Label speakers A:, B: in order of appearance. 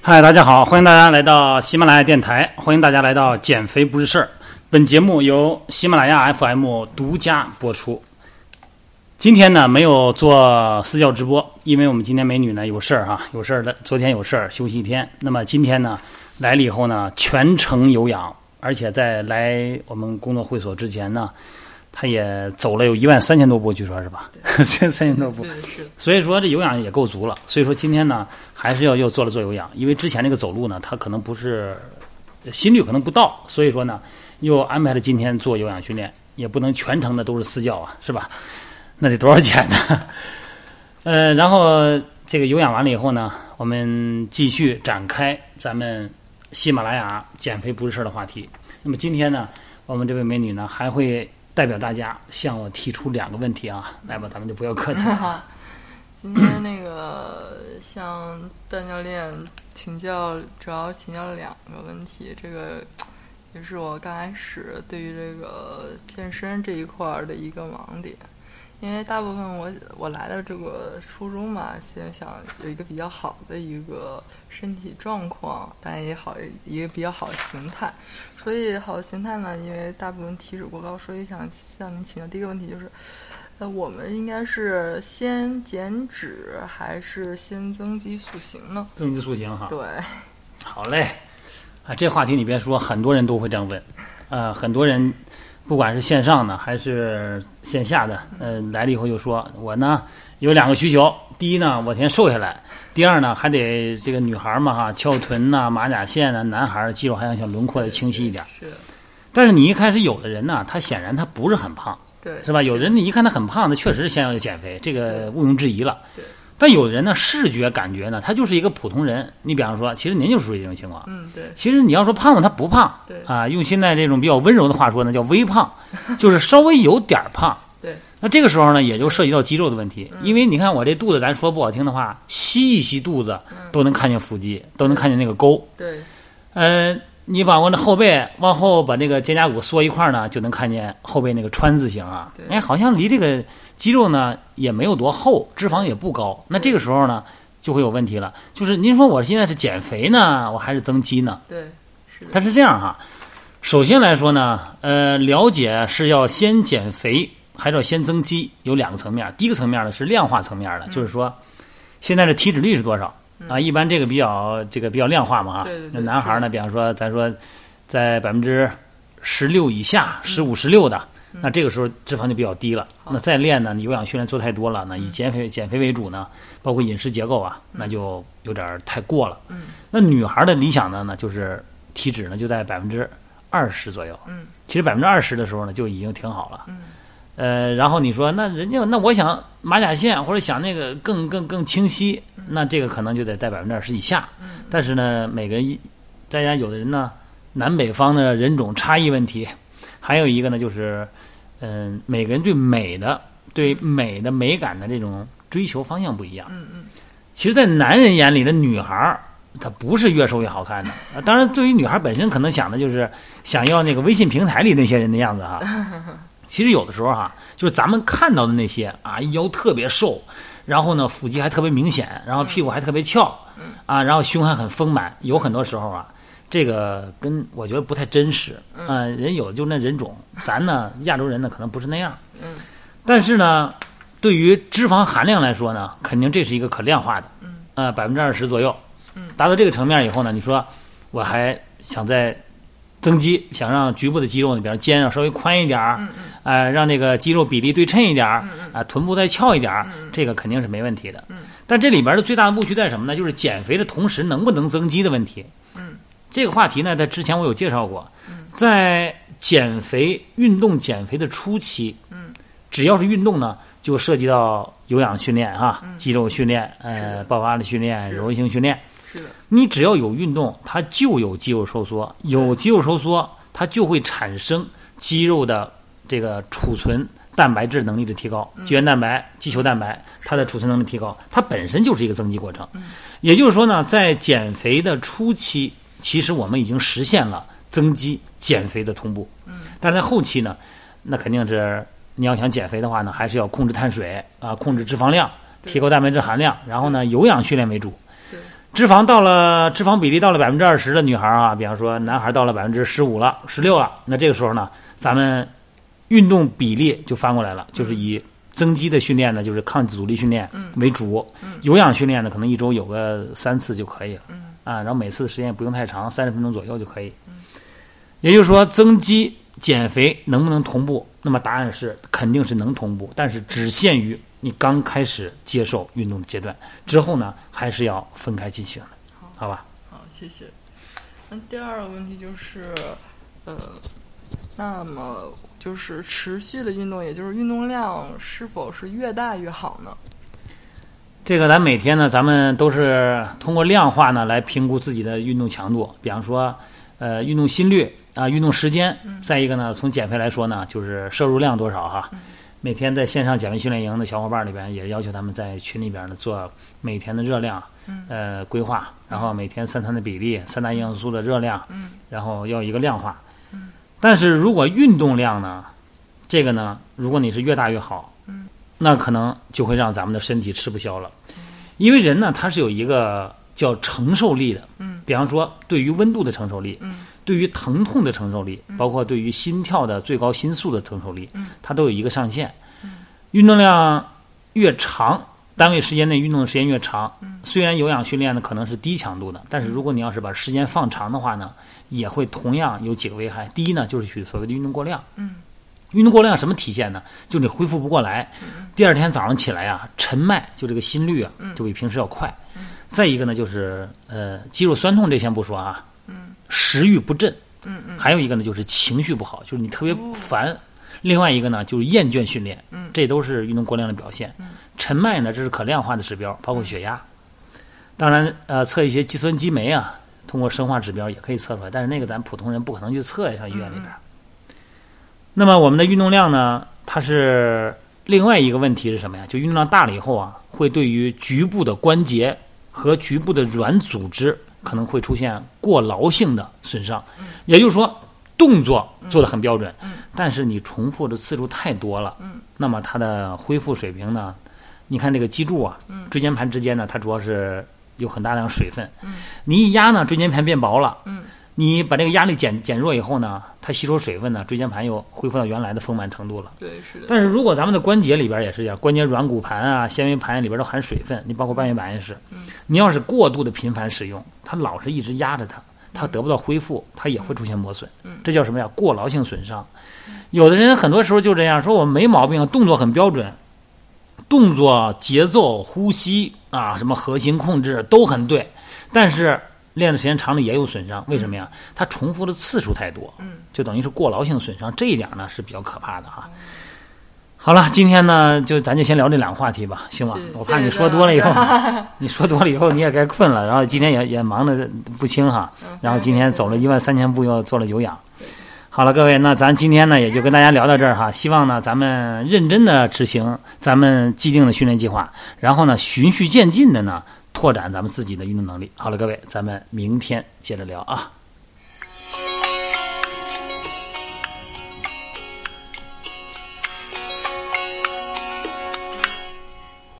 A: 嗨，大家好，欢迎大家来到喜马拉雅电台，欢迎大家来到减肥不是事儿。本节目由喜马拉雅 FM 独家播出。今天呢，没有做私教直播，因为我们今天美女呢有事儿、哈，有事儿的，昨天有事儿休息一天。那么今天呢，来了以后呢，全程有氧，而且在来我们工作会所之前呢，她也走了有一万三千多步，据说是吧？ 三千多步，
B: 对，是的，
A: 所以说这有氧也够足了。所以说今天呢，还是要又做了做有氧，因为之前这个走路呢，它可能不是心率可能不到，所以说呢，又安排了今天做有氧训练，也不能全程的都是私教啊，是吧？那得多少钱呢？ 呃，然后这个有氧完了以后呢，我们继续展开咱们喜马拉雅减肥不是事儿的话题。那么今天呢，我们这位美女呢，还会代表大家向我提出两个问题啊，来吧，咱们就不要客气了。啊
B: 今天那个向蛋教练请教，主要请教了两个问题，这个也是我刚开始对于这个健身这一块儿的一个盲点，因为大部分我我来的这个初衷嘛，先想有一个比较好的一个身体状况，当然也好一个比较好的形态，所以好的形态呢，因为大部分体脂过高，所以想向您请教第一个问题就是。呃，我们应该是先减脂还是先增肌塑形呢？
A: 增肌塑形哈，
B: 对，
A: 好嘞，啊，这话题你别说，很多人都会这样问，呃，很多人不管是线上的还是线下的，呃，来了以后就说，我呢有两个需求，第一呢，我先瘦下来，第二呢，还得这个女孩嘛哈，翘臀呐、马甲线呐、男孩儿肌肉还要想轮廓得清晰一点。
B: 是，
A: 但是你一开始有的人呢，他显然他不是很胖，
B: 对，
A: 是吧？有的人你一看他很胖，他确实先要减肥，这个毋庸置疑了
B: 对。
A: 但有的人呢，视觉感觉呢，他就是一个普通人。你比方说，其实您就属于这种情况。
B: 嗯，对，
A: 其实你要说胖吧，他不胖
B: 对，
A: 啊，用现在这种比较温柔的话说呢，叫微 胖，就是稍微有点儿胖。
B: 对，嗯
A: 那这个时候呢，也就涉及到肌肉的问题，因为你看我这肚子，咱说不好听的话，吸一吸肚子
B: 嗯
A: 都能看见腹肌，都能看见那个沟。
B: 对，
A: 呃，你把我那后背往后把那个肩胛骨缩一块儿呢，就能看见后背那个川字形啊
B: 对。
A: 哎，好像离这个肌肉呢也没有多厚，脂肪也不
B: 嗯
A: 高。那这个时候呢，就会有问题了，就是您说我现在是减肥呢，我还是增肌呢？
B: 对，是的，
A: 它是这样哈。首先来说呢，呃，了解是要先减肥还是要先增肌，有两个层面。第一个层面呢是量化层面
B: 嗯
A: 的，就是说现在的体脂率是多少啊？一般这个比较这个比较量化嘛哈
B: 对对对。
A: 那男孩
B: 是
A: 呢，
B: 的
A: 比方说咱说在百分之十六以下，
B: 嗯
A: 十五十六的。那这个时候脂肪就比较低了，那再练呢？你有氧训练做太多了，那
B: 嗯
A: 以减肥减肥为主呢，包括饮食结构啊，那就有点儿太过了。
B: 嗯，
A: 那女孩的理想呢，呢就是体脂呢就在百分之二十左右。
B: 嗯，
A: 其实百分之二十的时候呢就已经挺好了。
B: 嗯，
A: 呃，然后你说那人家那我想马甲线或者想那个更更更清晰，那这个可能就得在百分之二十以下。
B: 嗯，
A: 但是呢，每个人一大家有的人呢，南北方的人种差异问题，还有一个呢就是，嗯、每个人对美的对美的美感的这种追求方向不一样。
B: 嗯嗯，
A: 其实，在男人眼里的女孩儿，她不是越瘦越好看的。啊当然，对于女孩本身，可能想的就是想要那个微信平台里那些人的样子 哈。其实有的时候哈，就是咱们看到的那些啊，腰特别瘦，然后呢腹肌还特别明显，然后屁股还特别翘，啊，然后胸还很丰满，有很多时候啊。这个跟我觉得不太真实，嗯、人有的就那人种，咱呢 亚洲人呢可能不是那样，
B: 嗯，
A: 但是呢，对于脂肪含量来说呢，肯定这是一个可量化的，嗯，呃，百分之二十左右，嗯，达到这个层面以后呢，你说我还想再增肌，想让局部的肌肉呢，比方肩啊要稍微宽一点儿，嗯呃，让这个肌肉比例对称一点儿，嗯啊、臀部再翘一点儿，这个肯定是没问题的，嗯，但这里边的最大的误区在什么呢？就是减肥的同时能不能增肌的问题，
B: 嗯，
A: 这个话题呢，在之前我有介绍过，在减肥运动减肥的初期，只要是运动呢，就涉及到有氧训练哈、肌肉训练、
B: 是
A: 呃
B: 的
A: 爆发力训练、
B: 是
A: 柔韧性训练。
B: 是的，
A: 你只要有运动，它就有肌肉收缩，有肌肉收缩，它就会产生肌肉的这个储存蛋白质能力的提高，肌原蛋白、肌球蛋白，它的储存能力提高，它本身就是一个增肌过程。也就是说呢，在减肥的初期，其实我们已经实现了增肌减肥的同步。嗯，但是在后期呢，那肯定是你要想减肥的话呢，还是要控制碳水啊、控制脂肪量，提高蛋白质含量，然后呢，有氧训练为主。脂肪到了脂肪比例到了百分之二十的女孩啊，比方说男孩到了百分之十五了、十六了，那这个时候呢，咱们运动比例就翻过来了，就是以增肌的训练呢，就是抗阻力训练为主，有氧训练呢，可能一周有个三次就可以了，啊，然后每次的时间也不用太长，三十分钟左右就可以。也就是说，增肌减肥能不能同步？那么答案是肯定是能同步，但是只限于你刚开始接受运动的阶段，之后呢还是要分开进行的，好吧？
B: 好，谢谢。那第二个问题就是，呃，那么就是持续的运动，也就是运动量是否是越大越好呢？
A: 这个咱每天呢，咱们都是通过量化呢来评估自己的运动强度，比方说，呃，运动心率啊、运动时间。再一个呢，从减肥来说呢，就是摄入量多少哈。每天在线上减肥训练营的小伙伴里边，也要求他们在群里边呢做每天的热量，呃，规划，然后每天三餐的比例、三大营养素的热量，然后要有一个量化。但是如果运动量呢，这个呢，如果你是越大越好，那可能就会让咱们的身体吃不消了。因为人呢，他是有一个叫承受力的，
B: 嗯，
A: 比方说对于温度的承受力，
B: 嗯，
A: 对于疼痛的承受力，包括对于心跳的最高心速的承受力，
B: 嗯，
A: 它都有一个上限。运动量越长，单位时间内运动的时间越长，
B: 嗯
A: 虽然有氧训练呢可能是低强度的，但是如果你要是把时间放长的话呢，也会同样有几个危害。第一呢，就是去所谓的运动过量，
B: 嗯，
A: 运动过量什么体现呢？就你恢复不过来，
B: 嗯
A: 第二天早上起来啊，晨脉就这个心率啊，就比平时要快。再一个呢，就是呃肌肉酸痛这先不说啊，食欲不振，
B: 嗯嗯，
A: 还有一个呢就是情绪不好，就是你特别烦。另外一个呢就是厌倦训练，
B: 嗯
A: 这都是运动过量的表现。晨脉呢这是可量化的指标，包括血压。当然，呃，测一些肌酸激酶啊，通过生化指标也可以测出来，但是那个咱普通人不可能去测呀，上医院里边。那么我们的运动量呢，它是另外一个问题是什么呀？就运动量大了以后啊，会对于局部的关节和局部的软组织可能会出现过劳性的损伤，也就是说。动作做得很标准，但是你重复的次数太多了，那么它的恢复水平呢？你看这个脊柱啊，椎间盘之间呢，它主要是有很大量水分，你一压呢，椎间盘变薄了，你把这个压力减减弱以后呢，它吸收水分呢，椎间盘又恢复到原来的丰满程度了。
B: 对，是的。
A: 但是如果咱们的关节里边也是一样，关节软骨盘啊、纤维盘里边都含水分，你包括半月板也是。你要是过度的频繁使用，它老是一直压着它，它得不到恢复，它也会出现磨损。这叫什么呀？过劳性损伤。有的人很多时候就这样说，我没毛病，动作很标准，动作、节奏、呼吸啊，什么核心控制都很对，但是练的时间长了也有损伤。为什么
B: 嗯
A: 呀？它重复的次数太多，就等于是过劳性损伤，这一点呢是比较可怕的哈、好了，今天呢就咱就先聊这两个话题吧，行吧
B: 是？
A: 我怕
B: 谢谢
A: 你说
B: 大
A: 多了以后
B: 家，
A: 你说多了以后你也该困了，然后今天也也忙得不轻哈。然后今天走了一万三千步，又做了有氧。好了，各位，那咱今天呢也就跟大家聊到这儿哈。希望呢咱们认真的执行咱们既定的训练计划，然后呢循序渐进的呢拓展咱们自己的运动能力。好了，各位，咱们明天接着聊啊，